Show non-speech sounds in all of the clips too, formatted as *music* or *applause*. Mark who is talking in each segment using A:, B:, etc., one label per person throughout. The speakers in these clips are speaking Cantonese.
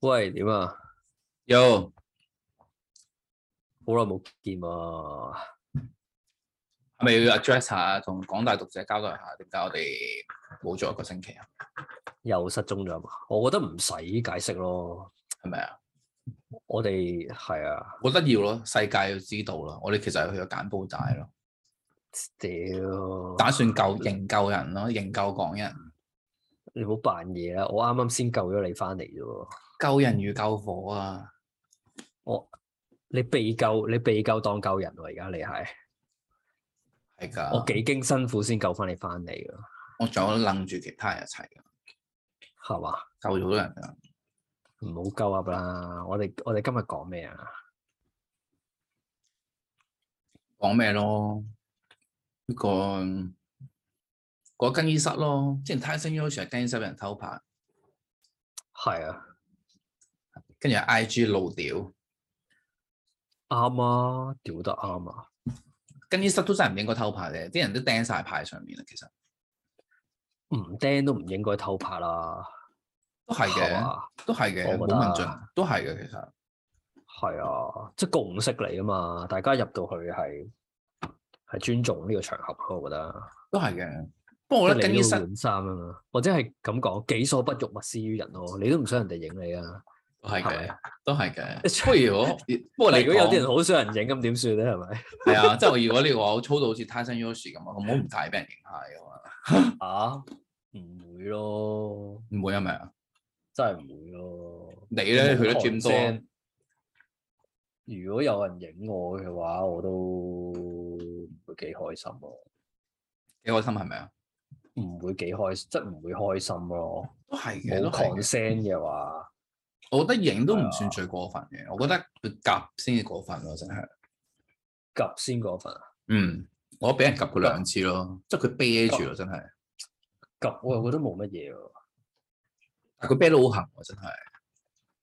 A: 喂，點啊？
B: Yo，
A: 好耐冇見啊！
B: 係咪要 address 下同廣大讀者交代下點解我哋冇咗一個星期啊？
A: 又失蹤咗嘛？我覺得唔使解釋咯。
B: 係咪啊？
A: 我哋係啊，
B: 我覺得要咯，世界要知道咯。我哋其實係去咗柬埔寨咯，
A: 屌！
B: 打算救營救人咯，營救港人，
A: 你唔好扮嘢啦！我啱啱先救咗你翻嚟啫喎。
B: 救人如救火啊！
A: 你被救，你被救當救人喎！而家你係
B: 係㗎，
A: 我幾經辛苦先救翻你翻嚟㗎，
B: 我仲有楞住其他人一齊㗎，
A: 係嘛？
B: 救咗好多人啊㗎。
A: 唔好鳩噏啦！我哋我哋今日講咩啊？
B: 講咩咯？呢、個嗰更衣室咯，之前 Tyson Hill 好似係更衣室俾人偷拍，
A: 係啊，
B: 跟住 IG 露屌，
A: 啱啊，屌得啱啊！
B: 更衣室都真係唔應該偷拍嘅，啲人都釘晒牌上面啦，其實
A: 唔釘都唔應該偷拍啦，
B: 都係
A: *laughs*
B: 嘅。
A: 嘛？
B: 都係嘅，
A: 哦
B: 冇
A: 我覺得啊
B: 文進都係嘅，其實
A: 係啊，即係共識嚟啊嘛，大家入到去係係尊重呢個場合咯，我覺得。
B: 都係嘅。不過我覺得
A: 即係
B: 更
A: 你
B: 衣
A: 都要
B: 室
A: 換衫啊嘛，或者係咁講，己所不欲，勿施於人咯。你都唔想人哋影你啊？
B: 都係
A: 係
B: 嘅，都係嘅。
A: 即係
B: 不過如
A: *laughs*
B: 果不過
A: 但
B: 你
A: 係如果有啲人
B: 講
A: 好想人影，咁點算咧？係咪？
B: 係啊，即係我如果你話我粗到好似 Tyson Yoshi 咁啊，我唔好唔介意俾人影下嘅嘛，
A: 啊，唔會咯，
B: 唔會係咪啊？
A: 真係唔會咯。
B: 你咧去得 gym 多，啊
A: consent 如果有人影我嘅話，我都唔會幾開心咯，
B: 幾開心係咪啊？
A: 唔會幾開，即係唔會開心咯。
B: 都係啊嘅，
A: 冇
B: 都係嘅。
A: consent 嘅話。
B: 我覺得影都唔
A: 啊
B: 算最過分嘅，我覺得佢夾先至過分咯，真係。
A: 夾先嗰份啊，
B: 嗯，我俾人夾過兩次咯，即係佢啤住咯，真係。
A: 夾我又
B: 嗯
A: 覺得冇乜嘢喎。
B: 但係佢啤得好行喎，真係。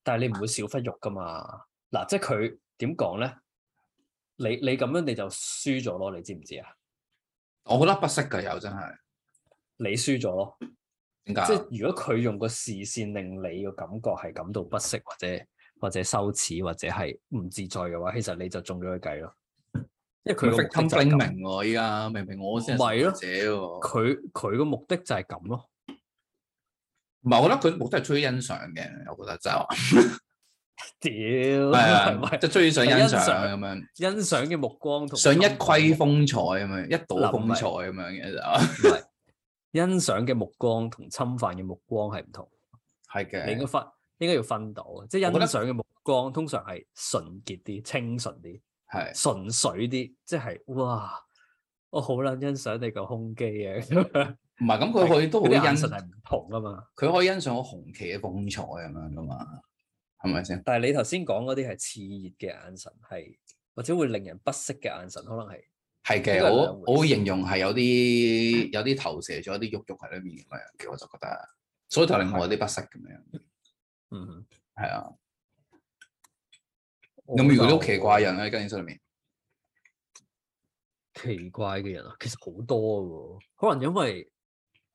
A: 但係你唔會少忽肉噶嘛？嗱，即係佢點講咧？你你咁樣你就輸咗咯，你知唔知啊？
B: 我覺得不適㗎，有真係。
A: 你輸咗咯，
B: 點解啊？
A: 即係如果佢用個視線令你個感覺係感到不適或者或者羞恥或者係唔自在嘅話，其實你就中咗佢計咯。因為佢個目的
B: 佢
A: 就
B: 咁
A: 係
B: 明
A: 咁，
B: 明喎，依家明明我先
A: 咪
B: 係
A: 咯
B: 者喎。
A: 佢佢個目的就係咁咯。
B: 唔係，我覺得佢目的係出於欣賞嘅，我覺得
A: *laughs*
B: 就係
A: 屌，係
B: 啊，
A: *laughs* 咪
B: 即係出於想欣
A: 係欣
B: 賞
A: 賞
B: 咁樣，
A: 欣賞嘅目光同
B: 想一
A: 心目
B: 窺風採咁樣，一睹
A: 嗱
B: 風
A: 唔係
B: 采咁樣嘅就 *laughs*
A: 唔係欣賞嘅目光同侵犯嘅目光係唔同，
B: 係
A: 你應該
B: 嘅。
A: 分應該要分到嘅，即係
B: 我覺得
A: 欣賞嘅目光通常係純潔啲、清純啲、
B: 係
A: 純粹啲，即係哇，我好撚欣賞你個胸肌
B: *laughs*
A: 啊！咁樣
B: 唔係咁？佢可以都好
A: 嗰啲眼
B: 欣
A: 神，啊係唔同噶嘛。
B: 佢可以欣賞我紅旗嘅風采咁樣噶嘛？係咪先？
A: 但係你頭先講嗰啲係熾熱嘅眼神，係或者會令人不適嘅眼神，可能係
B: 係
A: 呢
B: 嘅，
A: 個係
B: 我
A: 兩回
B: 我會形容係有啲有啲投射咗啲肉肉喺裏面咁樣嘅，我就覺得，所以就令我有啲不適咁樣。
A: 嗯。
B: 係啊，咁如果啲好奇怪嘅人喺更衣室裏面，
A: 奇怪嘅人啊，其實好多嘅喎，可能因為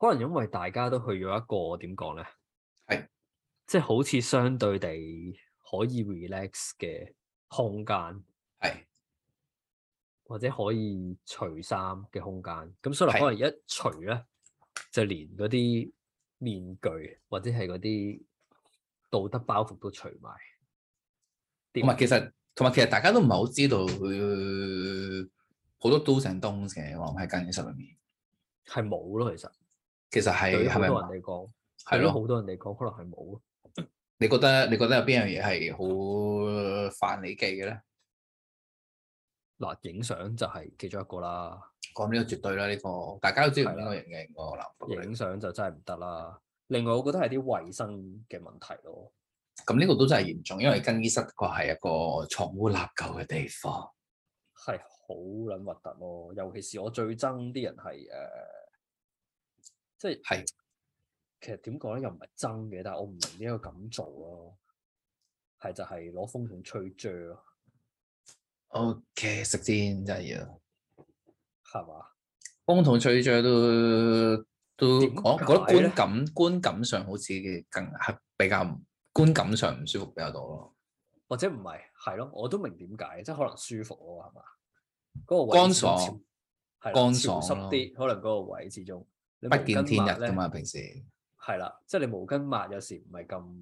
A: 可能因為大家都去咗一個點講咧，
B: 係
A: 即係好似相對地可以 relax 嘅空間，
B: 係
A: 或者可以除衫嘅空間，咁所以可能一除咧就連嗰啲面具或者係嗰啲道德包袱都除埋，啊
B: 同埋其實，同埋其實大家都唔係好知道佢好多 dos and don'ts 嘅，我諗喺更衣室裏面，
A: 係冇咯。其實
B: 其實
A: 對於
B: 係
A: 好
B: 係
A: 多
B: 咪啊
A: 人嚟講，
B: 係
A: 對於
B: 咯？
A: 好多人嚟講，可能係冇咯。
B: 你覺得你覺得有邊樣嘢係好犯你忌嘅咧？
A: 嗱，影相就係其中一個啦。
B: 講呢個絕對啦，呢、個大家都知道
A: 係
B: 邊
A: 啦
B: 個型嘅型個男
A: 影相就真係唔得啦。另外，我覺得係啲衞生嘅問題咯。
B: 咁呢個都真係嚴重，因為更衣室個係一個藏污納垢嘅地方。
A: 係好撚核突咯，尤其是我最憎啲人係誒、即係
B: 係
A: 其實點講咧，又唔係憎嘅，但係我唔明點解佢咁做咯。係就係攞風筒吹啫咯，
B: OK，食先真係要
A: 係嘛？
B: 風筒吹脹都都
A: 點
B: 我我覺得
A: 解咧
B: 觀感觀感上好似更係比較唔觀感上唔舒服比較多咯。
A: 或者唔係，係咯，我都明點解，即係可能舒服咯，係嘛？嗰、個位
B: 乾
A: 始終
B: 爽
A: 潮，係啦
B: 乾
A: 潮
B: 爽
A: 濕啲，可能嗰個位始終你
B: 不
A: 毛
B: 見
A: 巾
B: 天
A: 抹
B: 日
A: 咧
B: 噶嘛，平時
A: 係啦，即係你毛巾抹有時唔係咁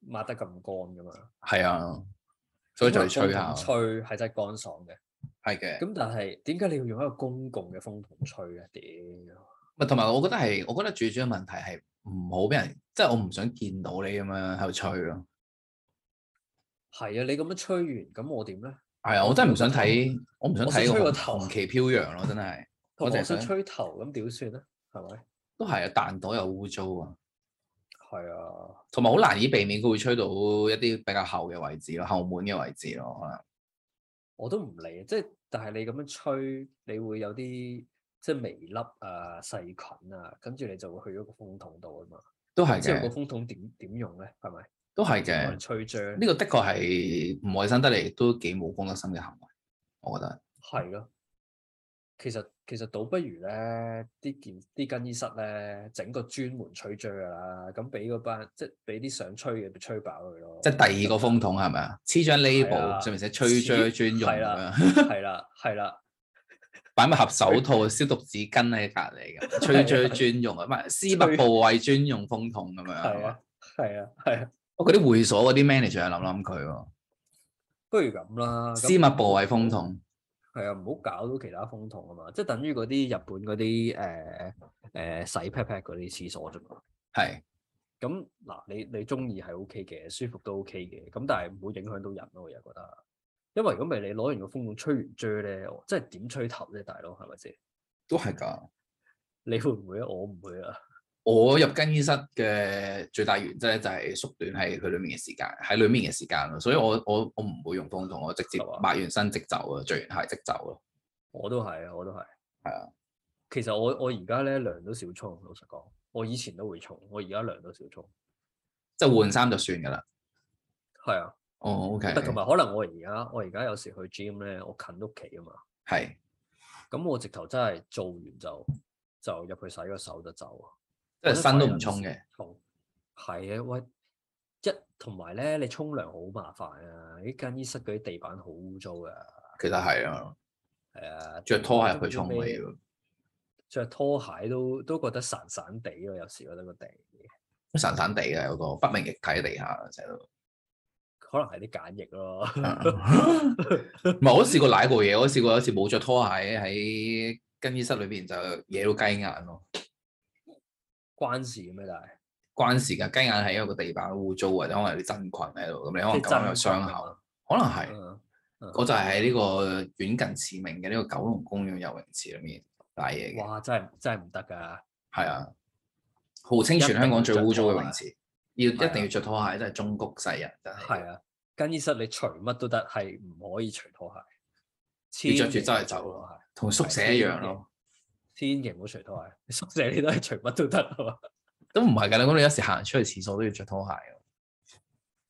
A: 抹得咁乾噶嘛，
B: 係啊，所以就
A: 咁
B: 係
A: 可能
B: 吹下
A: 風筒，吹係真係乾爽嘅。
B: 係嘅。
A: 咁但係點解你要用一個公共嘅風筒吹咧？屌，
B: 咪啊同埋我覺得係，我覺得最主要問題係唔好俾人，即係我唔想見到你咁樣喺度吹咯。
A: 係啊，你咁樣吹完，咁我點咧？
B: 係啊，我真係唔想睇，我唔想
A: 我想
B: 睇
A: 吹個
B: 個
A: 頭
B: 紅紅旗飄揚咯，真係
A: 同
B: 我
A: 埋
B: 淨係
A: 我想
B: 想
A: 吹頭，咁點算咧？係咪？
B: 都係啊，彈袋又污糟啊，
A: 係啊。
B: 同埋好難以避免佢會吹到一啲比較後嘅位置咯，後門嘅位置咯，可能。
A: 我都唔理，即係但係你咁樣吹，你會有啲即係微粒啊、細菌啊，跟住你就會去咗個風筒度啊嘛。
B: 都係
A: 之後個
B: 嘅，
A: 風筒點點用咧？係咪？
B: 都係
A: 可
B: 嘅
A: 能。吹脹
B: 呢個的確係唔衞生得嚟，都幾冇公德心嘅行為，我覺得。
A: 係咯。其實其實倒不如咧，啲件啲更衣室咧，整個專門吹脹噶啦，咁俾嗰班即係俾啲想吹嘅咪吹爆佢咯。
B: 即係第二個風筒係咪啊？黐張
A: 係啊
B: label 上面寫吹
A: 黐
B: 脹專用
A: 係
B: 咁
A: 啦
B: 樣， *laughs*
A: 係啦係啦，
B: 擺埋盒手套、消毒紙巾喺隔離咁，吹脹專用啊，唔係私密部位專用風筒咁樣係
A: 係
B: 嘛
A: 啊。係啊係啊，
B: 我嗰啲會所嗰啲 manager 諗諗佢喎，
A: 不如啊咁啦。
B: 私密部位風。筒
A: 係啊，唔好搞到其他風筒啊嘛，即係等於嗰啲日本嗰啲誒誒洗 pat pat 嗰啲廁所啫嘛。
B: 係
A: 咁嗱，你你中意係 O K 嘅，舒服都 O K 嘅，咁但係唔好影響到人咯，我又覺得。因為如果唔係你攞完個風筒吹完啫咧，我即係點吹頭啫，大佬係咪先？ *laughs*
B: 都係㗎。
A: 你會唔會啊？我唔會啊。
B: 我入更衣室嘅最大原則咧，就係縮短喺佢裡面嘅時間，喺裡面嘅時間咯。所以我我我唔會用風筒，我直接
A: 係嘛
B: 抹完身即走啊，着完鞋即走咯。
A: 我都係啊，我都係。
B: 係啊。
A: 其實我我而家咧涼都少沖，老實講，我以前都會沖，我而家涼都少沖。
B: 即係換衫就算㗎啦。
A: 係啊，
B: 哦，OK，
A: 但同埋可能我而家我而家有時去 gym 咧，我近屋企啊嘛。
B: 係
A: 咁我直頭真係做完就就入去洗個手就走啊，
B: 即係身都唔沖嘅。
A: 沖係啊，喂，一同埋咧，你沖涼好麻煩啊！啲更衣室嗰啲地板好污糟噶，
B: 其實係啊，
A: 係啊，
B: 着拖鞋入去
A: 最
B: 沖
A: 尾
B: 嘅要，
A: 着拖鞋都都覺得散散地咯，有時覺得個地
B: 散散地嘅有個不明液體喺地下成日都。啊
A: 可能係啲簡易咯，
B: 唔係我都試過舐過嘢，我都試過有一次冇着拖鞋喺更衣室裏邊就惹到雞眼咯。
A: 關事嘅咩？但係
B: 關事㗎，雞眼係因為個地板污糟或者可能有啲真菌喺度，咁你可能
A: 即係
B: 哦咁樣有
A: 真菌啊
B: 傷口，可能係。
A: 嗯
B: 我就係喺呢個遠近馳名嘅呢個九龍公園游泳池裏面瀨嘢嘅，
A: 哇，真係真係唔得㗎，
B: 係啊，號稱全香港最污糟嘅泳池，要
A: 拖鞋
B: 一定要着拖鞋，真係中谷世人真係
A: 係啊，更衣室你除乜都得，係唔可以除拖鞋，
B: 要着住
A: 千祈
B: 周圍走
A: 唔好除
B: 咯
A: 拖鞋。
B: 同宿舍一樣咯，
A: 千祈唔好除拖鞋，宿舍你都係除乜都得啊嘛。
B: 都唔係㗎啦。咁你有時行出去廁所都要着拖鞋㗎，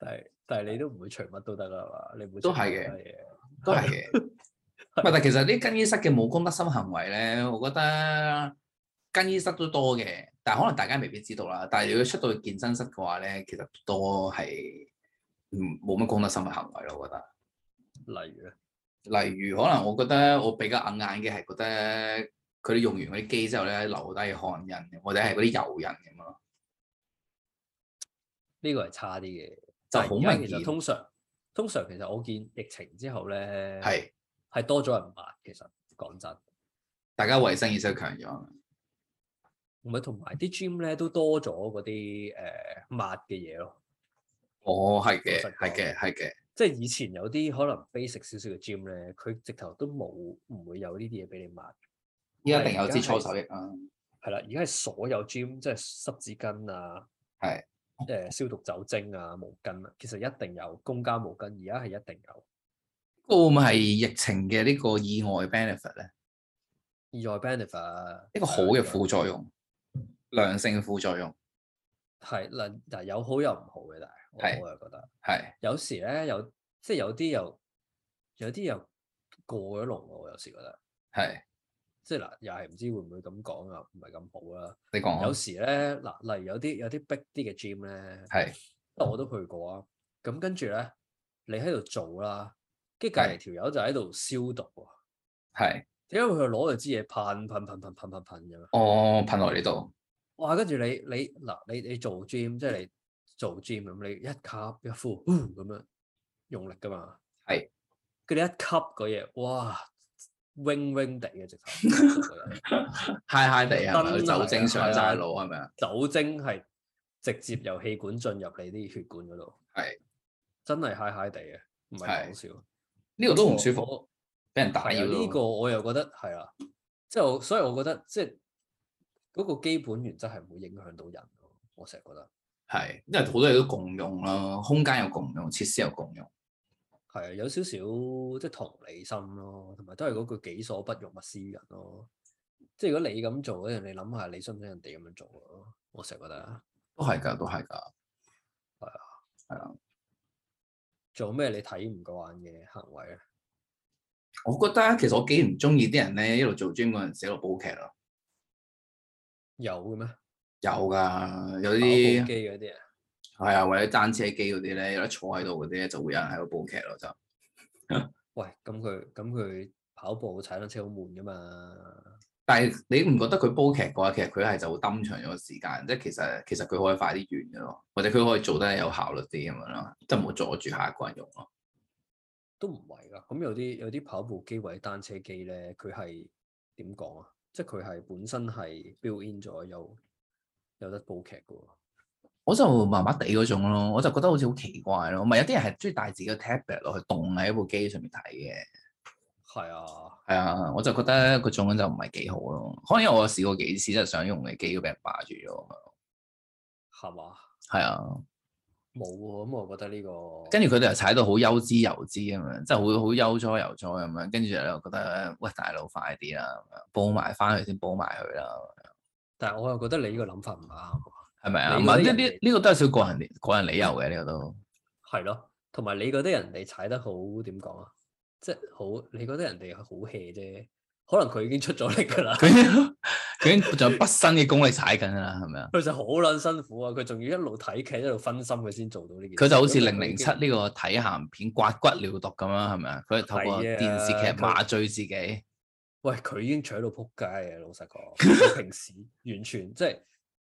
A: 但係但係你都唔會除乜都得啦嘛，你唔會
B: 都
A: 除乜
B: 係嘅
A: 得嘢。
B: 都係嘅。唔係但其實啲更衣室嘅冇公德心行為咧，我覺得更衣室都多嘅，但係可能大家未必知道啦。但係如果出到去健身室嘅話咧，其實多係唔冇乜公德心嘅行為咯，我覺得。
A: 例如咧，
B: 例如可能我覺得我比較硬眼嘅係覺得佢哋用完嗰啲機之後咧留低汗印，或者係嗰啲油印咁咯，
A: 呢個係差啲嘅，
B: 就
A: 但係
B: 好
A: 而家
B: 明
A: 其
B: 顯
A: 實通常通常其實我見疫情之後咧，
B: 係
A: 係多咗人抹。其實講真，
B: 大家衞生意識強咗。
A: 唔係同埋啲 gym 咧都多咗嗰啲誒抹嘅嘢咯。
B: 哦，係嘅
A: 老實，
B: 係
A: 講
B: 嘅，係嘅，
A: 即係以前有啲可能 basic 少少嘅 gym 咧，佢直頭都冇唔會有呢啲嘢俾你抹。
B: 依家一定有支
A: 但係而家係
B: 搓手液嗯啦，
A: 係啦，而家係所有 gym 即係濕紙巾啊，
B: 係
A: 誒、消毒酒精啊、毛巾啊，其實一定有公家毛巾，而家係一定有。
B: 會唔會係疫情嘅呢個意外 benefit 咧？
A: 意外 benefit 啊
B: 一個好嘅
A: 係
B: 副作用，良性副作用
A: 係嗱嗱有好有唔好嘅，但係
B: 係
A: 我我又覺得
B: 係
A: 有時咧有即係有啲又有啲又過咗龍喎，我有時覺得
B: 係
A: 即係嗱又係唔知會唔會咁講啊，唔係咁好啦。
B: 你講
A: 有
B: 啊
A: 時咧嗱，例如有啲有啲逼啲嘅 gym 咧，
B: 係
A: 我都去過啊。咁跟住咧，你喺度做啦，跟住隔離條友就喺度消毒啊。
B: 係，
A: 點解佢攞住支嘢噴噴噴噴噴噴噴咁樣？
B: 我噴落嚟呢度，
A: 哇！跟住你你嗱你你做 gym 即係你做 gym 咁，你一吸一呼呼咁樣用力噶嘛。
B: 係。
A: 跟住你一吸嗰嘢，哇，wing wing 地嘅直
B: *laughs*
A: 頭個人，
B: 嗨嗨地係咪？
A: 真係啊
B: 酒精上
A: 係啊
B: 晒腦係咪啊？
A: 酒精係直接由氣管進入你啲血管嗰度。
B: 係。
A: 真係嗨嗨地嘅，唔係
B: 係
A: 講笑。
B: 呢度都唔舒服，
A: 我
B: 俾人打
A: 係啊
B: 擾
A: 呢
B: 到。
A: 個我又覺得係啦，即係我所以我覺得即係嗰個基本原則係唔會影響到人咯。我成日覺得
B: 係，因為好多嘢都共用啦，空間又共用，設施又共用。
A: 係啊，有少少即係同理心咯，同埋都係嗰句己所不欲，勿施於人咯。即係如果你咁做嗰陣，你諗下你信唔信人哋咁樣做咯？我成日覺得啊
B: 都係㗎，都係㗎。
A: 做咩你睇唔過眼嘅行為咧，啊
B: 我覺得其實我幾唔中意啲人咧，一路做 gym 嗰陣時一路煲劇咯。
A: 有嘅咩？
B: 有㗎，有
A: 跑
B: 啲
A: 步機嗰啲啊，
B: 係啊，或者單車機嗰啲咧，有得坐喺度嗰啲咧，就會有人喺度煲劇咯，就
A: 喂，咁佢咁佢跑步踩單車好悶噶嘛？
B: 但係你唔覺得佢煲劇嘅話，其實佢係就會抌長咗個時間，即係其實其實佢可以快啲完嘅咯，或者佢可以做得有效率啲咁樣咯，即係唔好阻住下一個人用咯。
A: 都唔係㗎，咁有啲有啲跑步機或者單車機咧，佢係點講啊？即係佢係本身係 built in 咗有有得煲劇㗎喎。
B: 我就麻麻地嗰種咯，我就覺得好似好奇怪咯。唔係有啲人係中意帶自己個 tablet 落去凍喺部機上面睇嘅，
A: 係啊，
B: 係啊，我就覺得嗰種就唔係幾好咯。可能因為我試過幾次真係想用嘅機都俾人霸住咗，
A: 係嘛？
B: 係啊。
A: 冇喎，咁我覺得呢個
B: 跟住佢哋又踩到好悠之悠之咁樣，即係好好悠哉悠哉咁樣。跟住又覺得喂大佬快啲啦，咁樣煲埋翻去先煲埋佢啦，
A: 但係我又覺得你呢個諗法唔啱喎。
B: 係咪啊？唔
A: 你
B: 係
A: 覺
B: 呢
A: 得人
B: 呢
A: 哋嗯
B: 呢個都係少個人理個人理由嘅呢、個都
A: 係咯，同埋你覺得人哋踩得好點講啊？即係好，你覺得人哋好 hea 啫，可能佢已經出咗力㗎啦。
B: 佢已經佢已經仲有畢生嘅功力踩緊啦，係咪啊？
A: *laughs* 佢就好撚辛苦啊！佢仲要一路睇劇，一路分心，佢先做到呢件事。
B: 佢就好似
A: 因為
B: 零
A: 佢已
B: 零
A: 經
B: 七呢個睇鹹片刮骨療毒咁樣，係咪啊？佢係透過
A: 係啊
B: 電視劇
A: 佢
B: 麻醉自己。
A: 喂，佢已經搶到撲街啊！老實
B: *laughs*
A: 講，佢平時完全即係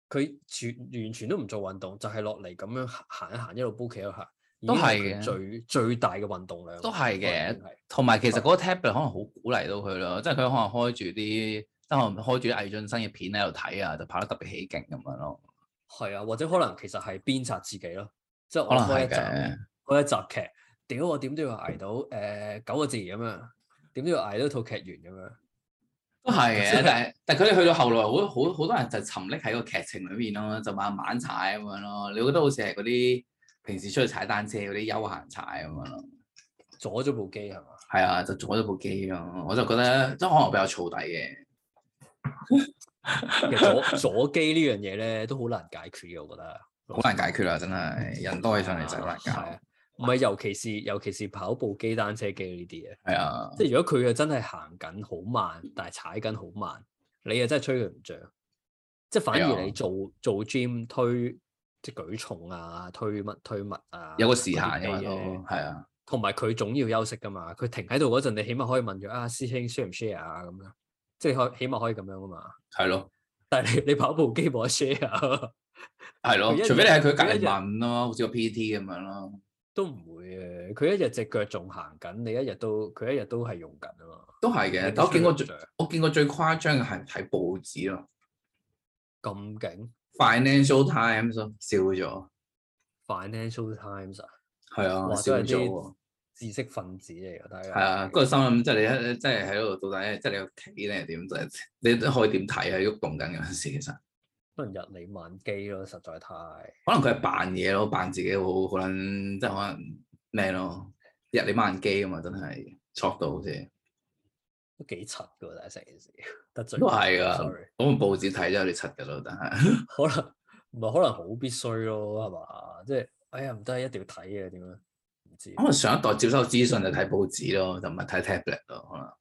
A: 佢全完全都唔做運動，就係落嚟咁樣行一行，一路煲企一路行，已
B: 都
A: 經
B: 係
A: 佢
B: 嘅
A: 最最大嘅運動量
B: 都係嘅
A: 可能已經係
B: 同埋其實嗰個 tablet 可能好鼓勵到佢咯，即係佢可能開住啲，即係可能開住啲魏俊生嘅片喺度睇啊，就拍得特別起勁咁樣咯。
A: 係啊，或者可能其實係鞭策自己咯，即係我
B: 可能
A: 開
B: 係
A: 一集
B: 嘅，
A: 開一集劇，屌我點都要捱到誒九個字咁樣，點都要捱到套劇完咁樣。
B: 都係
A: 即
B: 嘅
A: 係。
B: 但係但係佢哋去到後來，好好好多人就沉溺喺個劇情裏面咯，就慢慢踩咁樣咯。你覺得好似係嗰啲平時出去踩單車嗰啲休閒踩咁樣咯。
A: 阻咗部機係嘛？
B: 係啊，就阻咗部機咯。我就覺得即係可能比較燥底嘅，
A: 其實
B: *laughs*
A: 阻阻機呢樣嘢咧都好難解決嘅，我覺得。
B: 好難解決啊啦，真係人多起上嚟就好難搞。
A: 係啊唔係，尤其是尤其是跑步機、單車機呢啲嘢，
B: 係啊，
A: 即係如果佢嘅真係行緊好慢，但係踩緊好慢，你又真係吹佢唔脹。即係反
B: 係啊
A: 而你做做 gym 推即係舉重啊、推乜推物啊，
B: 有個時限嘅嘛
A: 嗰啲機
B: 都
A: 咧
B: 係啊，
A: 同埋佢總要休息噶嘛。佢停喺度嗰陣，你起碼可以問佢啊，師兄 share 唔 share 啊咁樣，即係可以起碼可以咁樣噶嘛。
B: 係咯。
A: 但係你你跑步機冇得 share *laughs* 啊
B: 係咯
A: 佢一，日
B: 除非你喺佢隔
A: 佢一
B: 離
A: 日
B: 問咯，好似個 PT 咁樣咯。
A: 都唔會嘅。佢一日隻腳仲行緊，你一日都佢一日都係用緊啊嘛。
B: 都係嘅，
A: 你
B: 但
A: 都
B: 我見過
A: 吹
B: 最
A: 佢唔脹
B: 我見過最誇張嘅係睇報紙咯
A: 咁勁
B: ，Financial Times 咯，笑咗。
A: ，Financial Times 啊，
B: 係啊，
A: 哇
B: 笑
A: 真係
B: 咗
A: 啲
B: 喎。
A: 知識分子嚟㗎，大家
B: 係啊，嗰個心諗即係你一即係喺度到底即係你個企定係點？就係你都可以點睇啊？喐動緊嗰陣時，其實
A: 可能日理萬機咯，實在太
B: 可能佢係扮嘢咯，扮自己好好撚，即係可能咩咯，日理萬機啊嘛，真係錯到好似。
A: 都幾柒㗎喎，但係成件事 *laughs* 得罪啊
B: 都係㗎
A: sorry
B: 我份報紙睇咗你柒㗎咯，但係
A: 可能唔係可能好必須咯，係嘛？即係哎呀唔得，一定要睇嘅點樣唔知
B: 可，能上一代接收資訊就睇報紙咯，就唔係睇 tablet 咯，可能。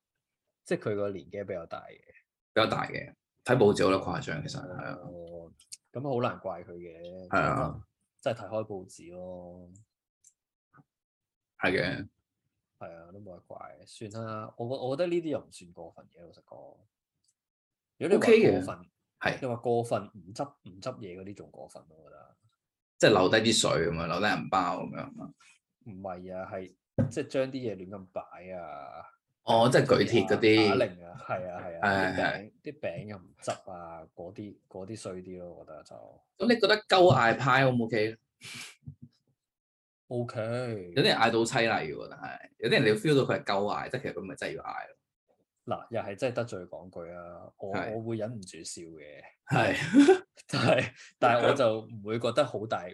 A: 即係佢個年紀比較大嘅，
B: 比較大嘅，睇報紙好得誇張，其實係啊，
A: 哦咁好難怪佢嘅。
B: 係啊，
A: 真係睇開報紙咯。
B: 係嘅，
A: 係啊，都冇得怪，算啦。我覺我覺得呢啲又唔算過分嘅，老實講。如果你
B: OK 嘅
A: 話過分，
B: 係
A: 你話過分唔執唔執嘢嗰啲仲過分，我覺得。
B: 即係留低啲水咁樣，留低銀包咁樣。
A: 唔係啊，係即係將啲嘢亂咁擺啊。
B: 哦，即係舉鐵嗰
A: 打
B: 啲，
A: 零啊，係啊係
B: 係
A: 啊，
B: 係
A: 啲餅啲餅又唔執啊，嗰啲嗰啲衰啲咯，我覺得就
B: 咁你覺得鳩嗌派 O 唔 O K？
A: O K。
B: 有啲人嗌到凄厲喎，但係有啲人你 feel 到佢係鳩嗌，即係其實佢咪真係要嗌咯。
A: 嗱，又係真係得罪講句啊，我
B: 係
A: 我會忍唔住笑嘅， *laughs*
B: 係
A: 但係但係我就唔會覺得好大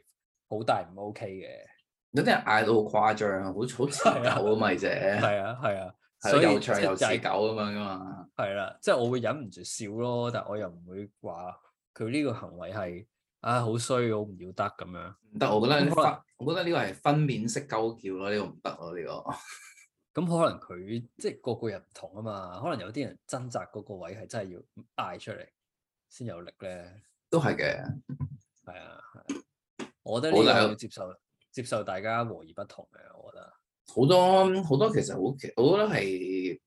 A: 好大唔 O K 嘅，
B: *laughs* 有啲人嗌到好誇張，
A: *laughs*
B: 好好似狗咁咪啫，
A: 係啊係啊，
B: 係
A: 所以
B: 又
A: 即
B: 長又
A: 係就
B: 似
A: 係
B: 狗咁樣噶嘛。
A: 係啦，即係我會忍唔住笑咯，但我又唔會話佢呢個行為係啊好衰，好唔要得咁樣。
B: 唔得，我覺得
A: 咁可能
B: 分，我覺得呢個係分面式鳩叫咯，呢個唔得咯，呢個。
A: 咁可能佢即係個個人唔同啊嘛，可能有啲人掙扎嗰個位係真係要嗌出嚟先有力咧，
B: 都係嘅，
A: 係啊，係啊我覺得呢個
B: 好啦
A: 要接受接受大家和而不同嘅，我覺得
B: 好多好多其實好奇，我覺得係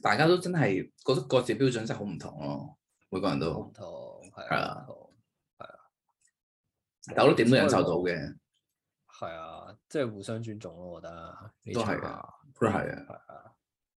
B: 大家都真係覺得各自標準真係好唔同咯，每個人
A: 好
B: 都
A: 唔，同，係
B: 係
A: 啊
B: 啊
A: 唔同，
B: 但我都點都忍受到嘅，
A: 係啊，即係互相尊重咯，我覺得呢
B: 都係都
A: 場
B: 係嘅。
A: 係啊，